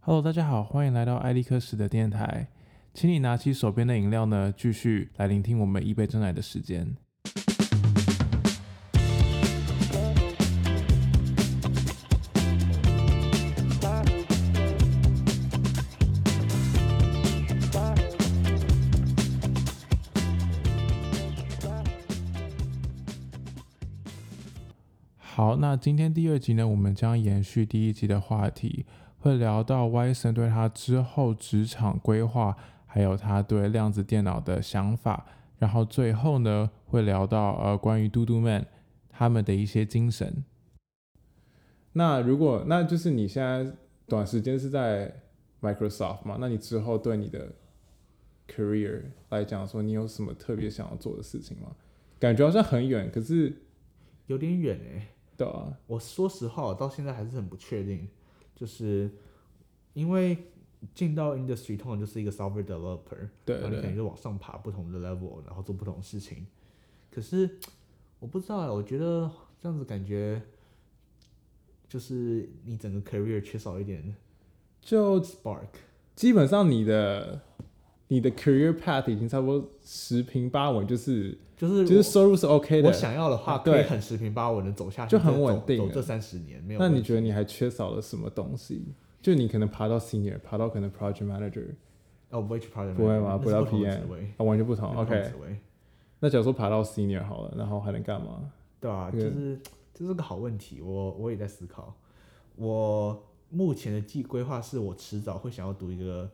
Hello，大家好，欢迎来到艾利克斯的电台，请你拿起手边的饮料呢，继续来聆听我们一杯真奶的时间。好，那今天第二集呢，我们将延续第一集的话题，会聊到 Yson 对他之后职场规划，还有他对量子电脑的想法，然后最后呢，会聊到呃关于嘟嘟 man 他们的一些精神。那如果那就是你现在短时间是在 Microsoft 嘛？那你之后对你的 career 来讲说，你有什么特别想要做的事情吗？感觉好像很远，可是有点远哎、对啊，我说实话，我到现在还是很不确定，就是因为进到 industry 通常就是一个 software developer，对然后你对可能就往上爬不同的 level，然后做不同的事情。可是我不知道欸，我觉得这样子感觉就是你整个 career 缺少一点就 spark。基本上你的你的 career path 已经差不多十平八稳，就是就是就是我收入是 OK 我的。想要的话，呃对可以很十平八稳的走下去，就很走稳定走了这三十年没有那问题。你觉得你还缺少了什么东西？就你可能爬到 senior，爬到可能 project manager，哦，我不会去 project，不会吗 manager，那不是到不同的 PM 职位啊、完全不同。那是不同的 OK，职位那假如说爬到 senior 好了，然后还能干嘛？对啊，就对是这是个好问题，我我也在思考。我目前的计规划是我迟早会想要读一个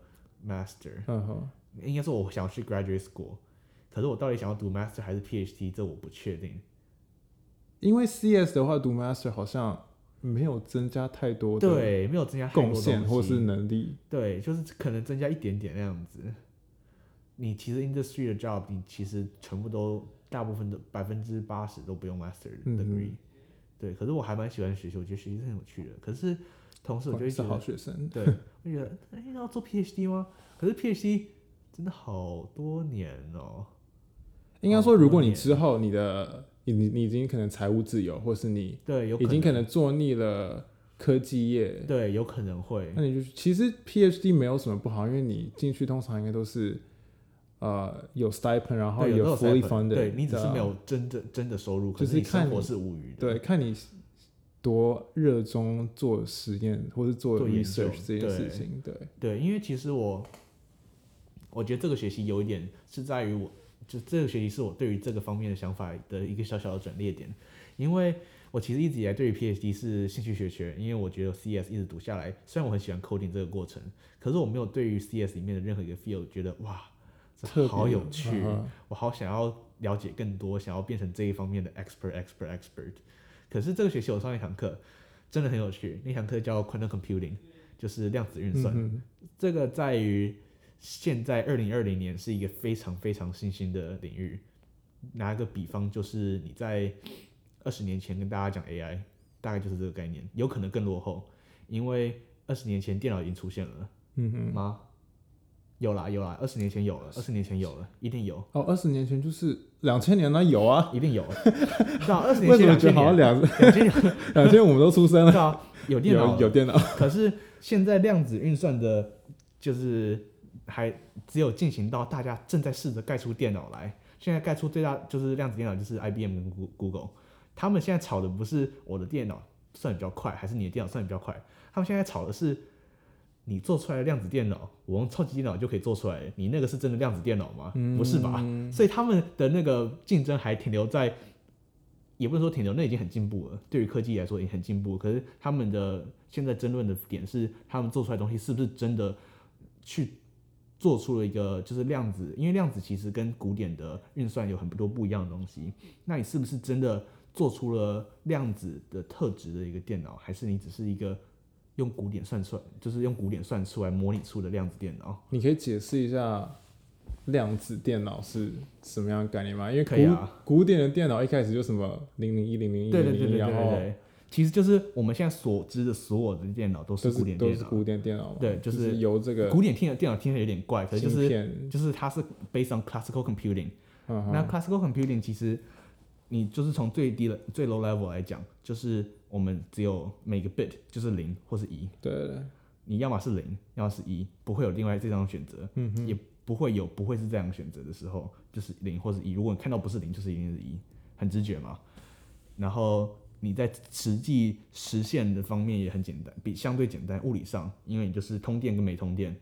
master，嗯哼，应该说我想要去 graduate school，可是我到底想要读 master 还是 PhD，这我不确定。因为 CS 的话，读 master 好像没有增加太多的对，没有增加太多贡献东或西是能力。对，就是可能增加一点点那样子。你其实 industry 的 job，你其实全部都大部分的百分之八十都不用 master 嗯哼 degree，、对。可是我还蛮喜欢学习，我觉得学习是很有趣的。可是同时我就会是觉好得，学生，对， 我就觉得哎、要做 PhD 吗？可是 PhD 真的好多年哦、应该说，如果哦你也之后你的你你你已经可能财务自由，或是你对，有已经可可能做腻了科技业，对，有可能会那你就去其实 PhD 没有什么不好，因为你进去通常应该都是呃有 stipend，然后对有 fully stipend， funded，对你只是啊没有真正真的收入，可就是是你看生活你是无余的。对，看你多热衷做实验或是做做研究 research 这件对事情，对，对，因为其实我，我觉得这个学期有一点是在于我，就这个学期是我对于这个方面的想法的一个小小的转捩点，因为我其实一直以来对于 PhD 是兴趣学学，因为我觉得 CS 一直读下来，虽然我很喜欢 coding 这个过程，可是我没有对于 CS 里面的任何一个 field 觉得哇，特这别好有趣，嗯哼我好想要了解更多，想要变成这一方面的 expert expert expert。可是这个学期我上一堂课真的很有趣，那堂课叫 quantum computing，就是量子运算。嗯这个在于现在二零二零年是一个非常非常新兴的领域。拿个比方，就是你在二十年前跟大家讲 AI，大概就是这个概念，有可能更落后，因为二十年前电脑已经出现了哼嗯哼，吗？有啦有啦，二十年前有了，二十年前有了，一定有，哦，二十年前就是两千年呢有啊，一定有。到二十年为什前么两觉得好像两千年，两千年两千我们都出生了？到有电脑有了有电脑， 可是现在量子运算的，就是还只有进行到大家正在试着盖出电脑来。现在盖出最大就是量子电脑，就是 IBM 跟 Goo- Google，他们现在吵的不是我的电脑算比较快，还是你的电脑算比较快，他们现在吵的是你做出来的量子电脑，我用超级电脑就可以做出来，你那个是真的量子电脑吗？不是吧？所以他们的那个竞争还停留在，也不是说停留，那已经很进步了。对于科技来说，已经很进步。可是他们的现在争论的点是，他们做出来的东西是不是真的去做出了一个就是量子？因为量子其实跟古典的运算有很多不一样的东西。那你是不是真的做出了量子的特质的一个电脑，还是你只是一个用古典算出来，就是用古典算出来模拟出的量子电脑？你可以解释一下量子电脑是什么样的概念吗？因为古、可以啊古典的电脑一开始就什么零零一零零一对对零零对一，对对然对后对，其实就是我们现在所知的所有的电脑都是都古典是都电是脑。古典电脑嘛，对就就是是由这个古典听的电脑听起来有点怪，可是就芯是片，就是它是 based on classical computing。嗯哼那 classical computing 其实你就是从最低的最 low level 来讲，就是我们只有每个 bit 就是零或是一，对对对你要么是零，要么是一，不会有另外这张选择，嗯哼，也不会有不会是这样选择的时候，就是零或是一。如果你看到不是零，就是一定是一，很直觉嘛。然后你在实际实现的方面也很简单，比相对简单，物理上，因为你就是通电跟没通电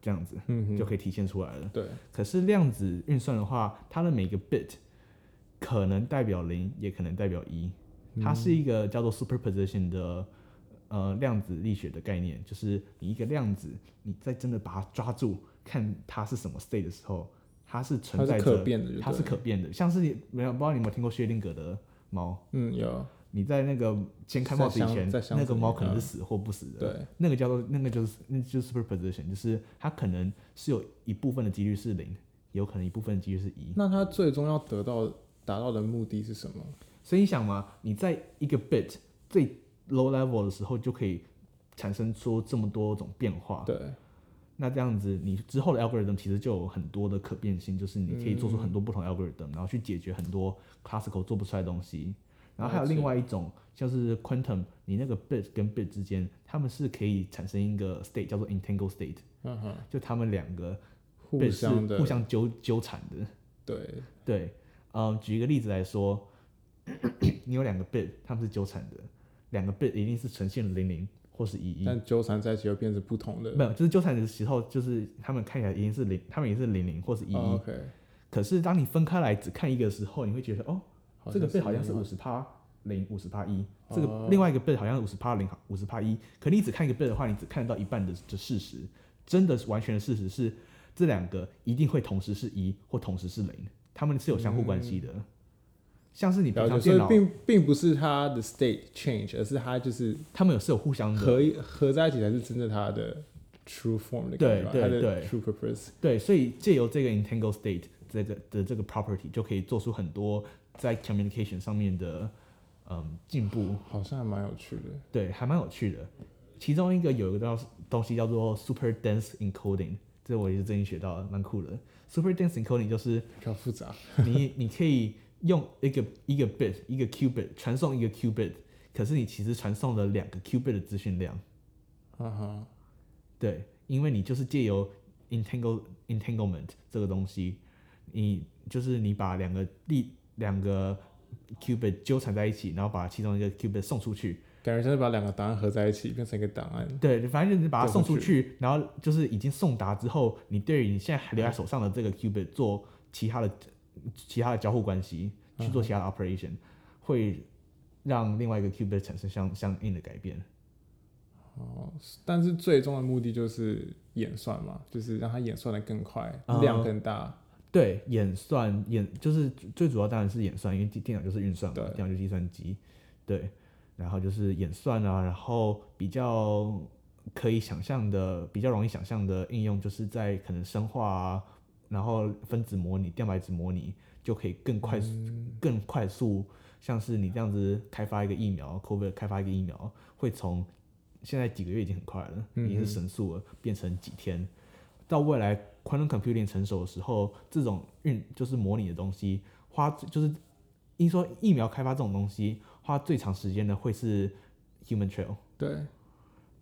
这样子嗯哼，就可以体现出来了。对，可是量子运算的话，它的每个 bit 可能代表零，也可能代表一，嗯它是一个叫做 superposition 的呃量子力学的概念，就是你一个量子，你在真的把它抓住，看它是什么 state 的时候，它是它存在是着，可变的就对了，它是可变的，像是你没有不知道你有没有听过薛定谔的猫，嗯有你在那个先开帽子以在箱前在，箱那子个里猫可能嗯是死或不死的，对，那个叫做那个就是那就是 superposition，就是它可能是有一部分的几率是零，也有可能一部分的几率是一。那它最终要得到达到的目的是什么？所以你想嘛，你在一个 bit 最 low level 的时候，就可以产生出这么多种变化。对，那这样子，你之后的 algorithm 其实就有很多的可变性，就是你可以做出很多不同嗯的 algorithm，、然后去解决很多 classical 做不出来的东西。然后还有了解另外一种，像是 quantum，你那个 bit 跟 bit 之间，它们是可以产生一个 state 叫做 entangled state，嗯哼，就它们两个互 bit 是相的互相纠纠缠的。对，对，嗯，举一个例子来说，你有两个 bit，它们是纠缠的，两个 bit 一定是呈现零零或是一一，但纠缠在一起又变成不同的。没有，就是纠缠的时候，就是它们看起来一定是零，它们也是零零或是一一、哦 OK，可是当你分开来只看一个的时候，你会觉得哦，好这个 bit 好像一是样五十趴零五十趴一，这个哦另外一个 bit 好像五十趴零五十趴一，可你只看一个 bit 的话，你只看得到一半的的事实，真的是完全的事实是这两个一定会同时是一或同时是零，它们是有相互关系的。像是你平嗯了常解，电所以脑，并并不是它的 state change，而是它就是它们有是有互相的，合一合在一起才是真正它的 true form 的感对觉吧，对它的对 true purpose。对，所以借由这个 entangle state 这个的这个 property 就可以做出很多在 communication 上面的嗯进步。好像还蛮有趣的，对，还蛮有趣的。其中一个有一个叫东西叫做 super dense encoding，这我也是最近学到的，蛮酷的。super dense encoding 就是比较复杂。你你可以用一个一个 bit 一个 qubit 传送一个 qubit，可是你其实传送了两个 qubit 的资讯量。嗯哼，对，因为你就是借由 entangle entanglement 这个东西，你就是你把两个力两个 qubit 纠缠在一起，然后把其中一个 qubit 送出去，感觉像是把两个档案合在一起变成一个档案。对，反正就是把它对送出出去，然后就是已经送达之后，你对于你现在还留在手上的这个 qubit 做其他的其他的交互关系，去做其他的 operation，、会让另外一个 qubit 产生相相应的改变。哦，但是最终的目的就是演算嘛，就是让它演算的更快，啊量更大。对，演算演就是最主要当然是演算，因为电电脑就是运算嘛对，电脑就是计算机，对，然后就是演算啊，然后比较可以想象的、比较容易想象的应用，就是在可能生化啊，然后分子模拟、蛋白质模拟就可以更快速、嗯更快速，像是你这样子开发一个疫苗，COVID 开发一个疫苗，会从现在几个月已经很快了，嗯已经是神速了，变成几天。到未来 quantum computing 成熟的时候，这种运就是模拟的东西，花就是应说疫苗开发这种东西，花最长时间的会是 human trial，对，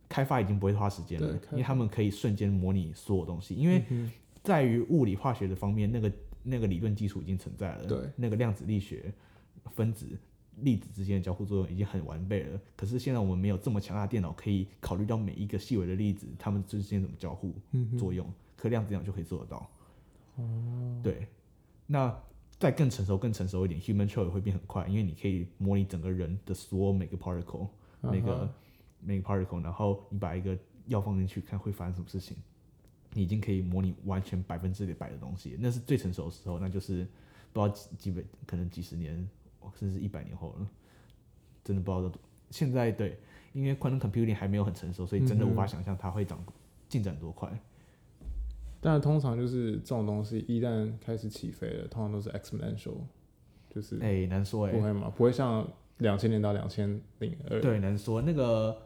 开发已经不会花时间了对开，发因为他们可以瞬间模拟所有东西，因为嗯在于物理化学的方面，那个那个理论基础已经存在了，对，那个量子力学、分子、粒子之间的交互作用已经很完备了。可是现在我们没有这么强大的电脑可以考虑到每一个细微的粒子它们之间怎么交互作用，可量子电脑就可以做得到。哦，对，那。再更成熟、更成熟一点，human trial 也会变很快，因为你可以模拟整个人的所有每个 particle，每嗯个、哼每个 particle，然后你把一个药放进去，看会发生什么事情。你已经可以模拟完全百分之百的东西，那是最成熟的时候，那就是不知道几几百，可能几十年，甚至一百年后了，真的不知道多。现在对，因为 quantum computing 还没有很成熟，所以真的无法想象它会长进展多快。但通常就是这种东西一旦开始起飞了，通常都是 exponential，就是哎、难说哎、不会嘛，不会像两千年到两千零二。对，难说。那个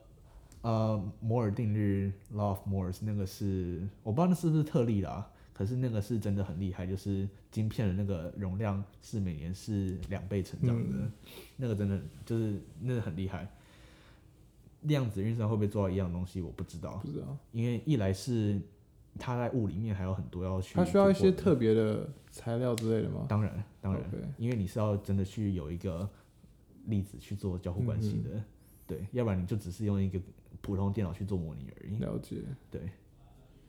呃，摩尔定律 （Law of Morse） 那个是我不知道那是不是特例啦，可是那个是真的很厉害，就是晶片的那个容量是每年嗯是两倍成长的，那个真的就是那个很厉害。量子运算会不会做到一样的东西，我不知道，不知道，因为一来是它在物里面还有很多要去，它需要一些，特别的材料之类的吗？当然当然 OK 因为你是要真的去有一个粒子去做交互关系嗯的，对，要不然你就只是用一个普通电脑去做模拟而已，了解。嗯对。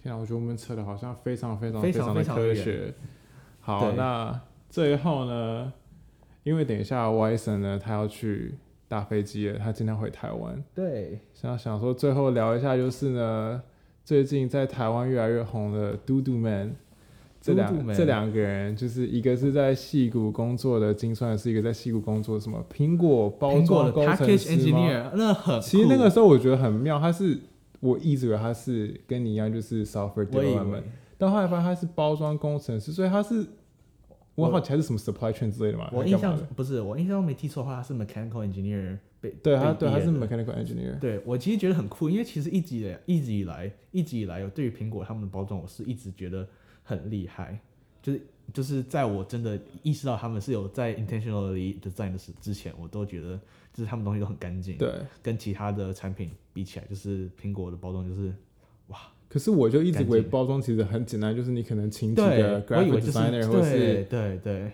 天啊，我觉得我们扯的好像非常非常非常常的非常科远学。好，对那最后呢，因为等一下 Wyson 呢，他要去搭飞机了，他今天回台湾，对，想想说最后聊一下，就是呢，最近在台湾越来越红的嘟嘟 man。这嘟嘟两 man 这两个人，就是一个是在戏谷工作的精算师，一个在戏谷工作什么苹果包苹果装的工程 package 师吗？ engineer 那很酷，其实那个时候我觉得很妙，他是我一直以为他是跟你一样就是 software 我以 development，为但后来发现他是包装工程师，所以他是我好奇他是什么 supply chain 之类的嘛？我还印干嘛象的不是我印象中没记错的话，他是 mechanical engineer 被对他他对他是 mechanical engineer，对我其实觉得很酷，因为其实一直以来一直以来一直以来，我对于苹果他们的包装，我是一直觉得很厉害，就是就是在我真的意识到他们是有在 intentionally design 的时之前，我都觉得就是他们东西都很干净，对。跟其他的产品比起来，就是苹果的包装就是可是我就一直以为干净包装其实很简单，就是你可能请几对个，我以 graphic 为就是 designer 或对是对对，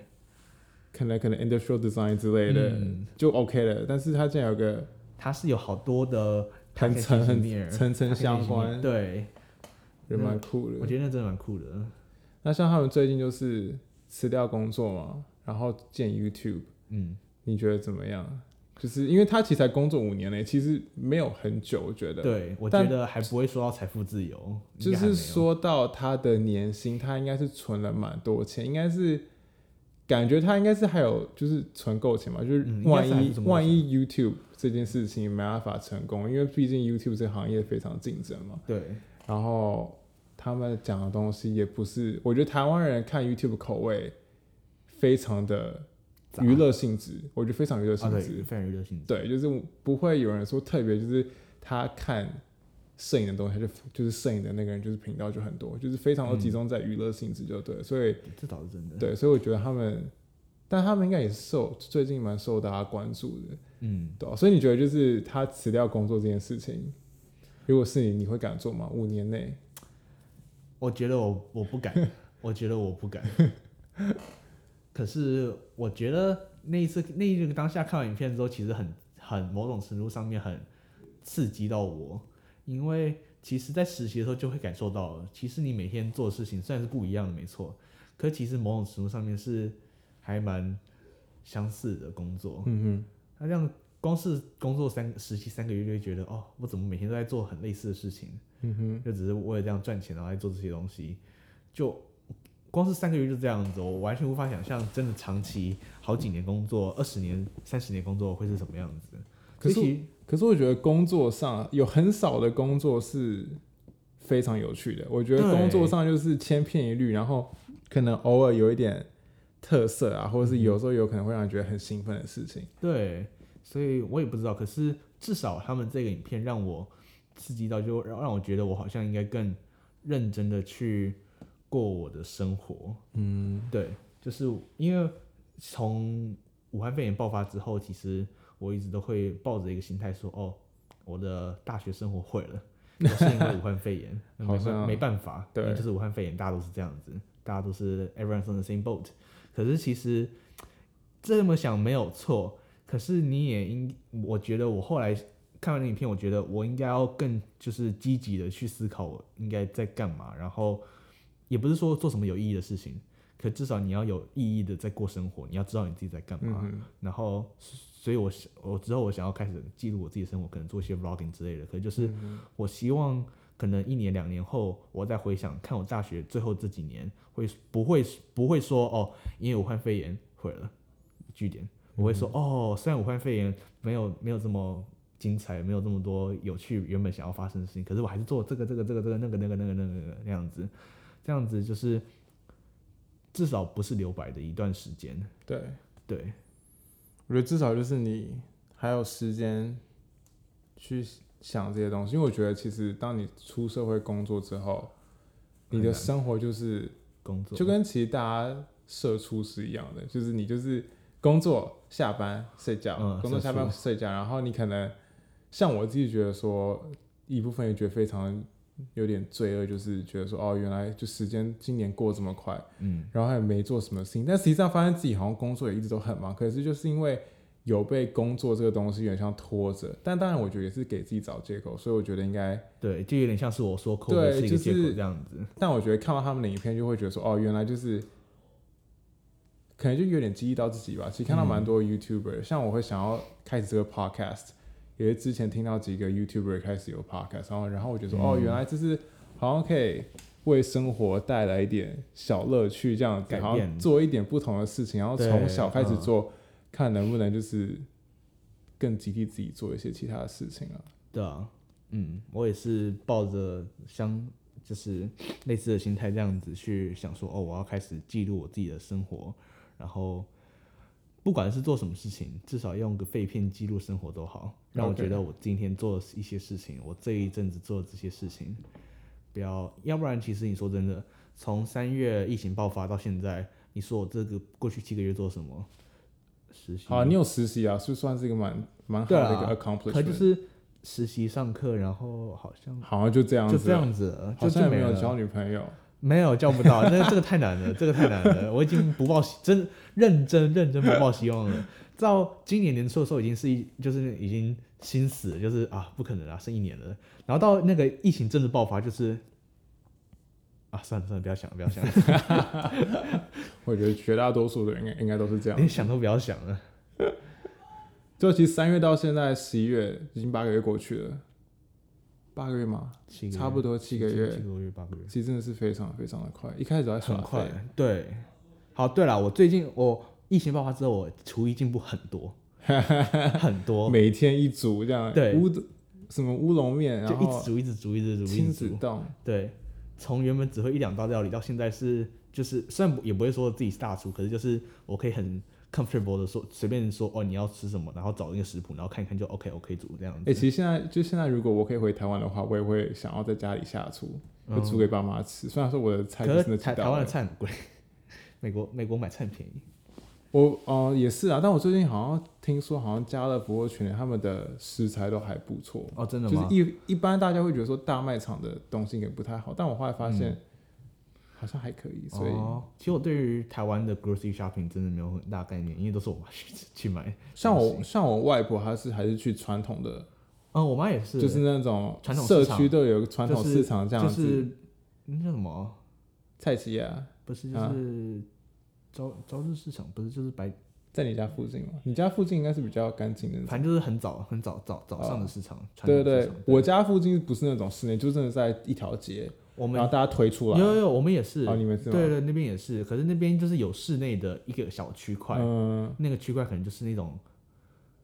可能可能 industrial design 之类的嗯就 OK 了，但是他竟然有个它是有好多的很 package 层很 engineer 层层 package 相 engineer，关，嗯对。也蛮酷我的。觉得那真的蛮酷的。那像他们最近就是辞掉工作嘛，然后建 YouTube。嗯，你觉得怎么样？就是因为他其实才工作五年嘞，其实没有很久，我觉得。，对，我觉但得还不会说到财富自由，应就该还没是有，说到他的年薪，他应该是存了蛮多钱，应该是感觉他应该是还有就是存够钱嘛，就是嗯应该万是还一、是存够万一 YouTube 这件事情没办法成功，因为毕竟 YouTube 这个行业非常竞争嘛，对然后他们讲的东西也不是，我觉得台湾人看 YouTube 口味非常的杂娱乐性质，我觉得非常娱乐性啊，对，质。非常娱乐性质。对，就是不会有人说特别，就是他看摄影的东西，他就就是摄影的那个人，就是频道就很多，就是非常的集中在娱乐性质，就对了。所以这倒是真的。，嗯对，所以我觉得他们，但他们应该也是受最近蛮受大家关注的，嗯，对啊、所以你觉得就是他辞掉工作这件事情，如果是你，你会敢做吗？五年内，我觉得我我不敢，我觉得我不敢。可是我觉得那一次那一个当下看完影片之后，其实很很某种程度上面很刺激到我，因为其实在实习的时候就会感受到了，其实你每天做的事情虽然是不一样的，没错，可其实某种程度上面是还蛮相似的工作。嗯那这样光是工作三实习三个月，就会觉得哦，我怎么每天都在做很类似的事情？哼，嗯哼，就只是为了这样赚钱，然后来做这些东西，就光是三个月就这样子，我完全无法想象真的长期好几年工作，二十年、三十年工作会是什么样子。可是所以其实可是我觉得工作上有很少的工作是非常有趣的。我觉得对工作上就是千篇一律，然后可能偶尔有一点特色啊，或者是有时候有可能会让你觉得很兴奋的事情。对，所以我也不知道，可是至少他们这个影片让我刺激到，就让让我觉得我好像应该更认真的去过我的生活。嗯，对，就是因为从武汉肺炎爆发之后，其实我一直都会抱着一个心态说，哦，我的大学生活毁了，都是因为武 汉肺炎，那好没像办没办法，对因为就是武汉肺炎，大家都是这样子，大家都是 everyone's on the same boat。可是其实这么想没有错，可是你也应，我觉得我后来。看完那影片，我觉得我应该要更就是积极的去思考我应该在干嘛，然后也不是说做什么有意义的事情，可至少你要有意义的在过生活，你要知道你自己在干嗯嘛。哼，然后，所以我想我之后我想要开始记录我自己的生活，可能做一些 vlogging 之类的。可就是我希望可能一年两年后，我再回想看我大学最后这几年，会不会不会说哦，因为武汉肺炎毁了据点，我会嗯说、哦，虽然武汉肺炎没有没有这么。精彩没有这么多有趣，原本想要发生的事情，可是我还是做这个这个这个这个那个那个那个那个那个那样子，这样子就是至少不是留白的一段时间，对，对，我觉得至少就是你还有时间去想这些东西，因为我觉得其实当你出社会工作之后，你的很难生活就是工作，就跟其实大家社畜是一样的，就是你就是工作、下班、睡觉，嗯工作、社下畜班、睡觉，然后你可能像我自己觉得说，一部分也觉得非常有点罪恶，就是觉得说哦，原来就时间今年过这么快，嗯，然后还没做什么事情，但实际上发现自己好像工作也一直都很忙，可是就是因为有被工作这个东西有点像拖着，但当然我觉得也是给自己找借口，所以我觉得应该，对，就有点像是我说抠对的是一个就借口是这样子。但我觉得看到他们的影片就会觉得说哦，原来就是。可能就有点激励到自己吧。其实看到蛮嗯多 YouTuber，、像我会想要开始这个 Podcast，也是之前听到几个 YouTuber 开始有 Podcast，然后然后我觉得说、哦，嗯原来这是好像可以为生活带来一点小乐趣，这样子，改然后变做一点不同的事情，然后对从小开始嗯做，看能不能就是更激励自己做一些其他的事情啊。对啊，嗯，我也是抱着相就是类似的心态这样子去想说，哦，我要开始记录我自己的生活，然后不管是做什么事情，至少用个废片记录生活都好，让我 OK 觉得我今天做的一些事情，我这一阵子做的这些事情，不要，要不然其实你说真的，从三月疫情爆发到现在，你说我这个过去七个月做什么？实习好啊，你有实习啊，是算是一个蛮蛮好对的一啊个 accomplishment，、可就是实习上课，然后好像好像就这样子就了，这样子了，好就像就也没有了交女朋友。没有交不到，那这个太难了，这个太难了，我已经不抱希，真认真认真不抱希望了。到今年年初的时候，已经是一就是已经心死了，就是啊，不可能啊，剩一年了。然后到那个疫情真的爆发，就是啊，算了算了，不要想了，不要 想了，我觉得绝大多数的人应该应该都是这样连。想都不要想了。就其实三月到现在十一月，已经八个月过去了，八个月嘛，七个月差不多七个七月，个月，八个月。其实真的是非常非常的快。一开始还耍很废快，对。好，对了，我最近我疫情爆发之后，我厨艺进步很 多，很多，每天一组这样，对乌的什么乌龙面，就然一直后煮，一直煮，一直煮，一亲直子煮。冻，对，从原本只会一两道料理，到现在是就是虽然不也不会说自己是大厨，可是就是我可以很 comfortable 的说，随便说哦你要吃什么，然后找那个食谱，然后看一看就 OK OK 煮这样子。哎、其实现在就现在，如果我可以回台湾的话，我也会想要在家里下厨，就嗯煮给爸妈吃。虽然说我的菜就可是那是几台台道湾而的已，菜很贵，美国美国买菜很便宜。我哦、也是啊，但我最近好像听说，好像家乐福或全联他们的食材都还不错，哦，真就是一一般大家会觉得说大卖场的东西应该不太好，但我后来发现、好像还可以，所以、嗯哦，其实我对于台湾的 grocery shopping 真的没有很大概念，因为都是我妈 去去买。像东我西像我外婆，她是还是去传统的，嗯，我妈也是，就是那种传统社市场区都有个传就统是市场这样就子，是那叫什么？啊菜市啊，不是就啊是朝朝日市场，不是就是白，在你家附近吗？你家附近应该是比较干净的那种。反正就是很早很早早早上的市场。传哦对统对对市场，我家附近不是那种室内，就真的在一条街，我然们后大家推出来。有有我们也是，哦，你们是对吗？对，那边也是，可是那边就是有室内的一个小区块，嗯，那个区块可能就是那种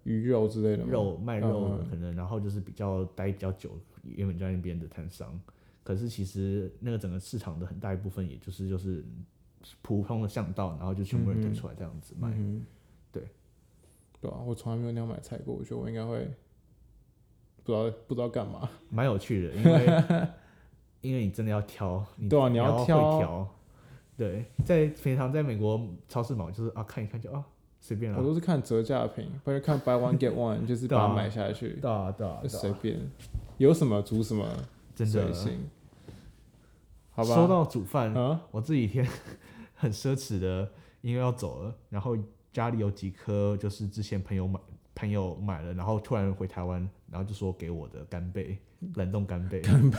鱼肉之类的吗？肉卖肉的嗯嗯可能，然后就是比较待比较久，原本就在那边的摊商，可是其实那个整个市场的很大一部分，也就是就是普通的巷道，然后就全部人推嗯嗯出来这样子卖。嗯，对，对啊，我从来没有那样买菜过，我觉得我应该会不知道不知道干嘛。蛮有趣的，因为 因为你真的要挑，你对啊你要要会挑挑，对，在平常在美国超市买就是啊看一看就啊随便啦我，都是看折价品，或者看 buy one get one，就是对把啊它买下去，对啊对啊就对随啊，便有什么煮什么，真随的性。好吧，说到煮饭，啊，我这几天很奢侈的，因为要走了，然后家里有几颗就是之前朋友买朋友买了，然后突然回台湾，然后就说给我的干 贝冷冻干贝，干贝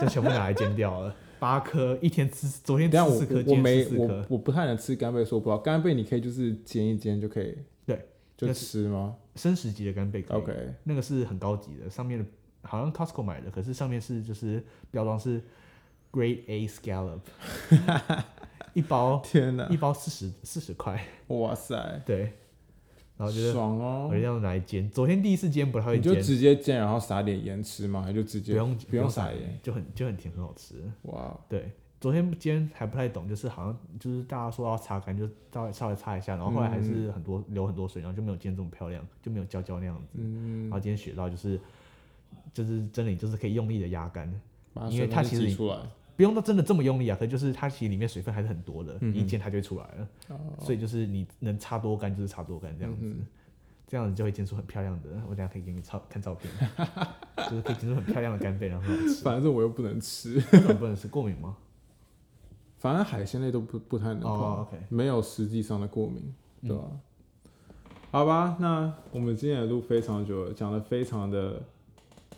就全部拿来煎掉了，八颗一天吃，昨天等一吃下四颗，我我今天没吃四颗我。我不太能吃干贝，说不知道干贝你可以就是煎一煎就可以，对，就但吃吗生食级的干贝可以？OK，那个是很高级的，上面的好像 Costco 买的，可是上面是就是标装是 Grade A scallop，一包天哪一，包四十四十块，哇塞，对，然后觉得爽我哦一！定要拿来煎，昨天第一次煎不太会你就煎，直接煎，然后撒点盐吃吗？还就直接不用不用撒盐？，就很就很甜，很好吃，哇，对。昨天煎还不太懂，就是好像就是大家说要擦干，就稍微稍微擦一下，然嗯后后来还是很多、流很多水，然后就没有煎这么漂亮，就没有焦焦那样子。嗯然后，今天学到就是，就是真的你就是可以用力的压干，把因为水它分其挤实出来，不用到真的这么用力啊，可就是它其实里面水分还是很多的，嗯你一煎它就会出来了，哦所以就是你能擦多干就是擦多干这样子，嗯这样子就会煎出很漂亮的。我等一下可以给你照看 照片，就是可以煎出很漂亮的干贝，然后很好吃。反正我又不能吃，为什么不能吃？过敏吗？反正海鲜类都不不太能碰，哦，OK 嗯没有实际上的过敏，对吧、好吧，那我们今天也录非常久了，讲的非常的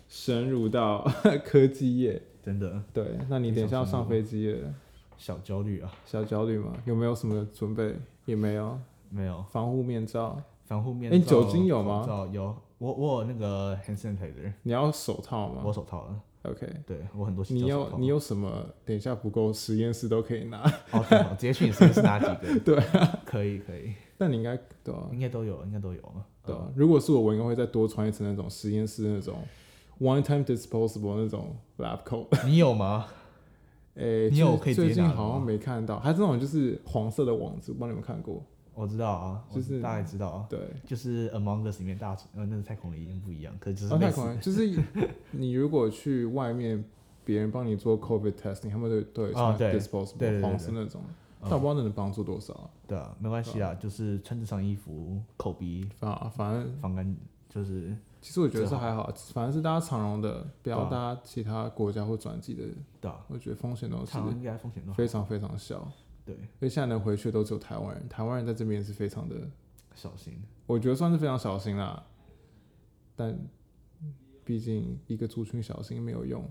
深入到 科技业。真的对，那你等一下要上哦飞机了，小焦虑啊，小焦虑吗？有没有什么准备？也没有，没有防护面罩，防护面罩。哎你酒精有吗口罩有，我我有那个 hand sanitizer，你要手套吗我手套了， ？OK，对我很多啊洗你脚手有套你有什么？等一下不够，实验室都可以拿。哦，对哦，直接去你实验室拿几个。 对啊可以可以，那你应该对啊应该都有，应该都有。对啊，如果是我，我应该会再多穿一层那种实验室那种 one time disposable 那种 lab coat。 嗯你有吗？诶、你有最可以直最接近拿的吗好像没看到，它这种就是黄色的网子，我不知道你们看过。我知道啊，我就是大概知道啊，对，就是 Among Us 里面大呃那个太空人已经不一样，可是就是然后类哦太似恐了，就是 你如果去外面，别人帮你做 COVID testing，他们都都有啊穿对 disposable、对对嗯对黄色那种，但我不知道那能帮助多少啊。对啊，没关系啦，就是穿这上衣服、口鼻、反反正防干，就是其实我觉得是最还好，反正是搭长荣的，不要对啊搭其他国家或转机的，对啊，我觉得风险都是长应该风险都还非常非常小。对，所以现在能回去都只有台湾人，台湾人在这边也是非常的，小心。我觉得算是非常小心啦。但毕竟一个族群小心没有用，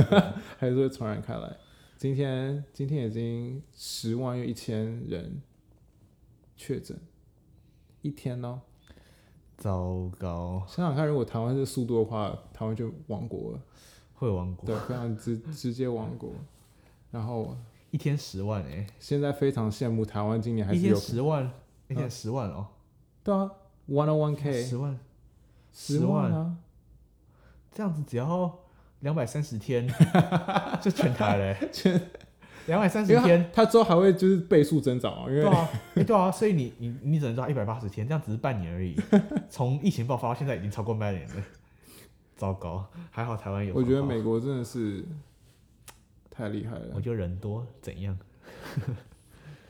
还是会传染开来。今天今天已经十万又一千人确诊，一天哦。糟糕，想想看，如果台湾是速度的话，台湾就亡国了，会亡国，对，非常直直接亡国。然后一天十万哎、现在非常羡慕台湾今年还一是天有，嗯十万，一天十万哦，对啊，one on one k 十万，十10万啊。这样子只要两百三 十天就全台嘞、两百三十因为天。它它之后还会就是倍数增长啊，因对为啊，欸对啊，所以你你你只能抓一百八十天，这样只是半年而 已。从疫情爆发到现在已经超过半年了，糟糕！还好台湾有。我觉得，美国真的是太厉害了我。觉得人多怎样？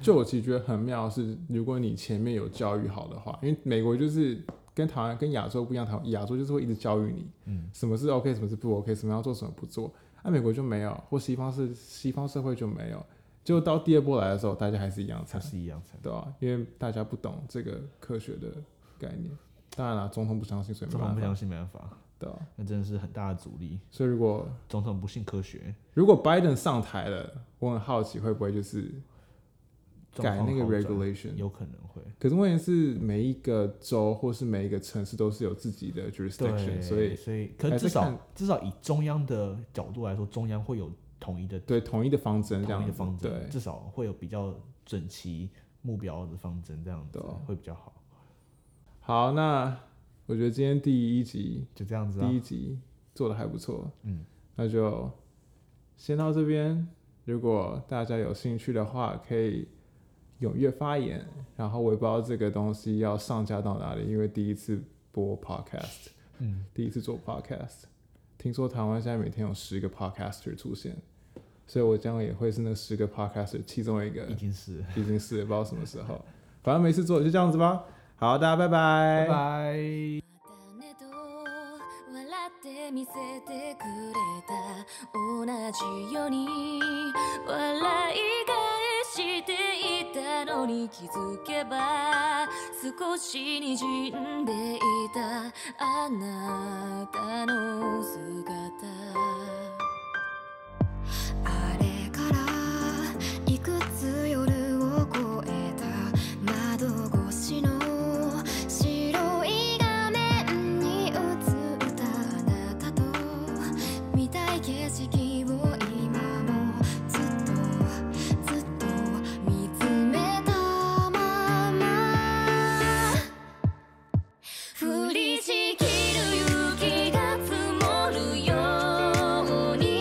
就我其实觉得很妙的是，如果你前面有教育好的话，因为美国就是跟台湾跟亚洲不一样，台湾亚洲就是会一直教育你嗯，什么是 OK，什么是不 OK，什么要做，什么不做。那、美国就没有，或西方是西方社会就没有。结果到第二波来的时候，大家还是一样才惨，是一样惨。对吧、因为大家不懂这个科学的概念。当然啦，总统不相信，所以没总统办不法，相信没办法，对吧、那真的是很大的阻力。所以如果总统不信科学，如果 Biden 上台了，我很好奇会不会就是状改况那个好转 regulation。有可能会。可是问题是，每一个州或是每一个城市都是有自己的 jurisdiction，对，所以所以，可还是是至少看至少以中央的角度来说，中央会有统一的对统一的方针这同样一子个方针，对，至少会有比较整齐目标的方针，这样子对啊会比较好。好，那我觉得今天第一集就这样子啊第，一集做的还不错，嗯，那就先到这边。如果大家有兴趣的话，可以踊跃发言。然后我也不知道这个东西要上架到哪里，因为第一次播 podcast。嗯，第一次做 podcast，听说台湾现在每天有十个 podcaster 出现，所以我将来也会是那十个 podcaster 其中一个已，经是，已经是不知道什么时候，反正没事做就这样子吧。好，大家拜拜拜。またねと笑って見せてくれた同じように笑い返していたのに気づけば少しにじんでいたあなたの姿あれからいくつ夜を越えた窓越しの白い画面に映ったあなたと見たい景色を今もずっとずっと見つめたまま降りしきる雪が積もるように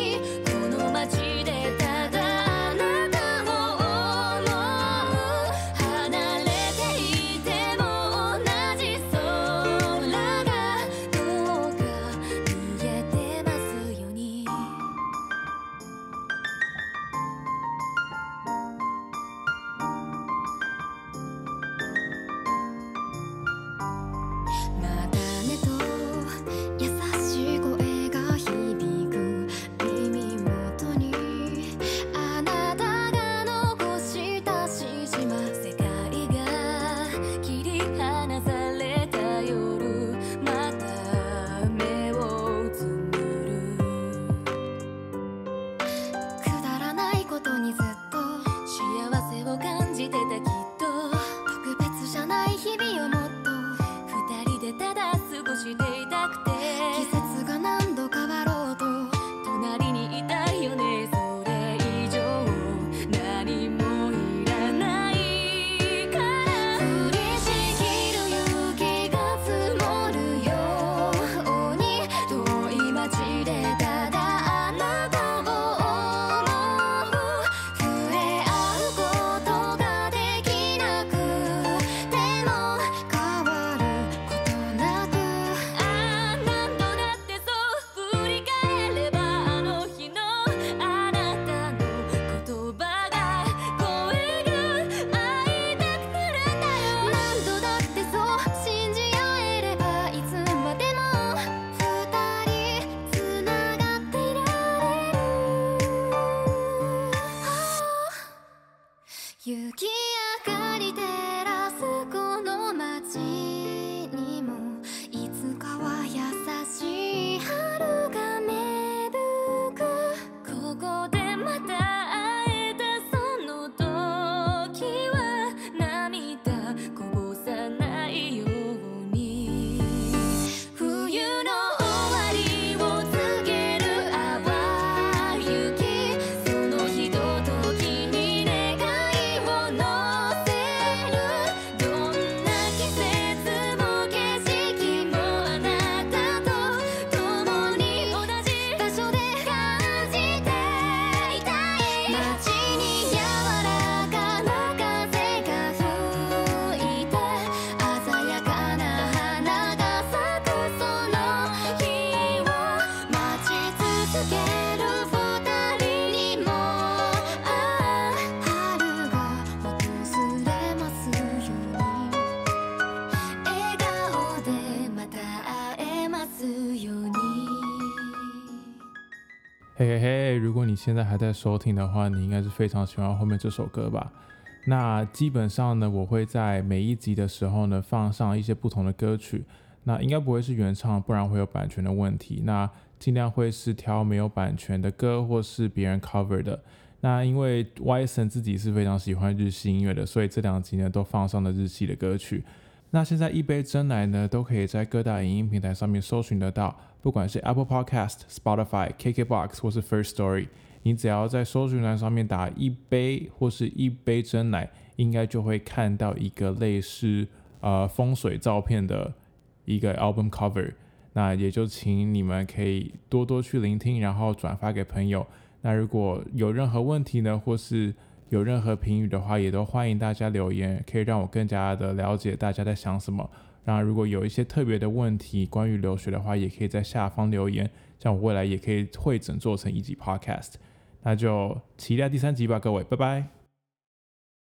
雪明かり照らすこの街にもいつかは優しい春が芽吹くここでまた会えたその時は涙こぼさないように冬の終わりを告げる淡い雪そのひとときに願いを乗せるどんな季節も景色もあなたと共に同じ場所で感じていたい街に柔らかな風が吹いて鮮やかな花が咲くその日を待ち続ける二人にもああ春が訪れますように笑顔でまた会えますように嘿嘿嘿！如果你现在还在收听的话，你应该是非常喜欢后面这首歌吧？那基本上呢，我会在每一集的时候呢，放上一些不同的歌曲。那应该不会是原唱，不然会有版权的问题。那尽量会是挑没有版权的歌，或是别人 cover 的。那因为 Yson 自己是非常喜欢日系音乐的，所以这两集呢都放上了日系的歌曲。那现在一杯真奶呢，都可以在各大影音平台上面搜寻得到，不管是 Apple Podcast、Spotify、KKBox 或是 First Story，你只要在搜寻栏上面打“一杯”或是一杯真奶，应该就会看到一个类似呃风水照片的一个 album cover。那也就请你们可以多多去聆听，然后转发给朋友。那如果有任何问题呢，或是有任何评语的话，也都欢迎大家留言，可以让我更加的了解大家在想什么。那如果有一些特别的问题关于留学的话，也可以在下方留言，这样我未来也可以会诊做成一集 podcast。那就期待第三集吧，各位，拜拜。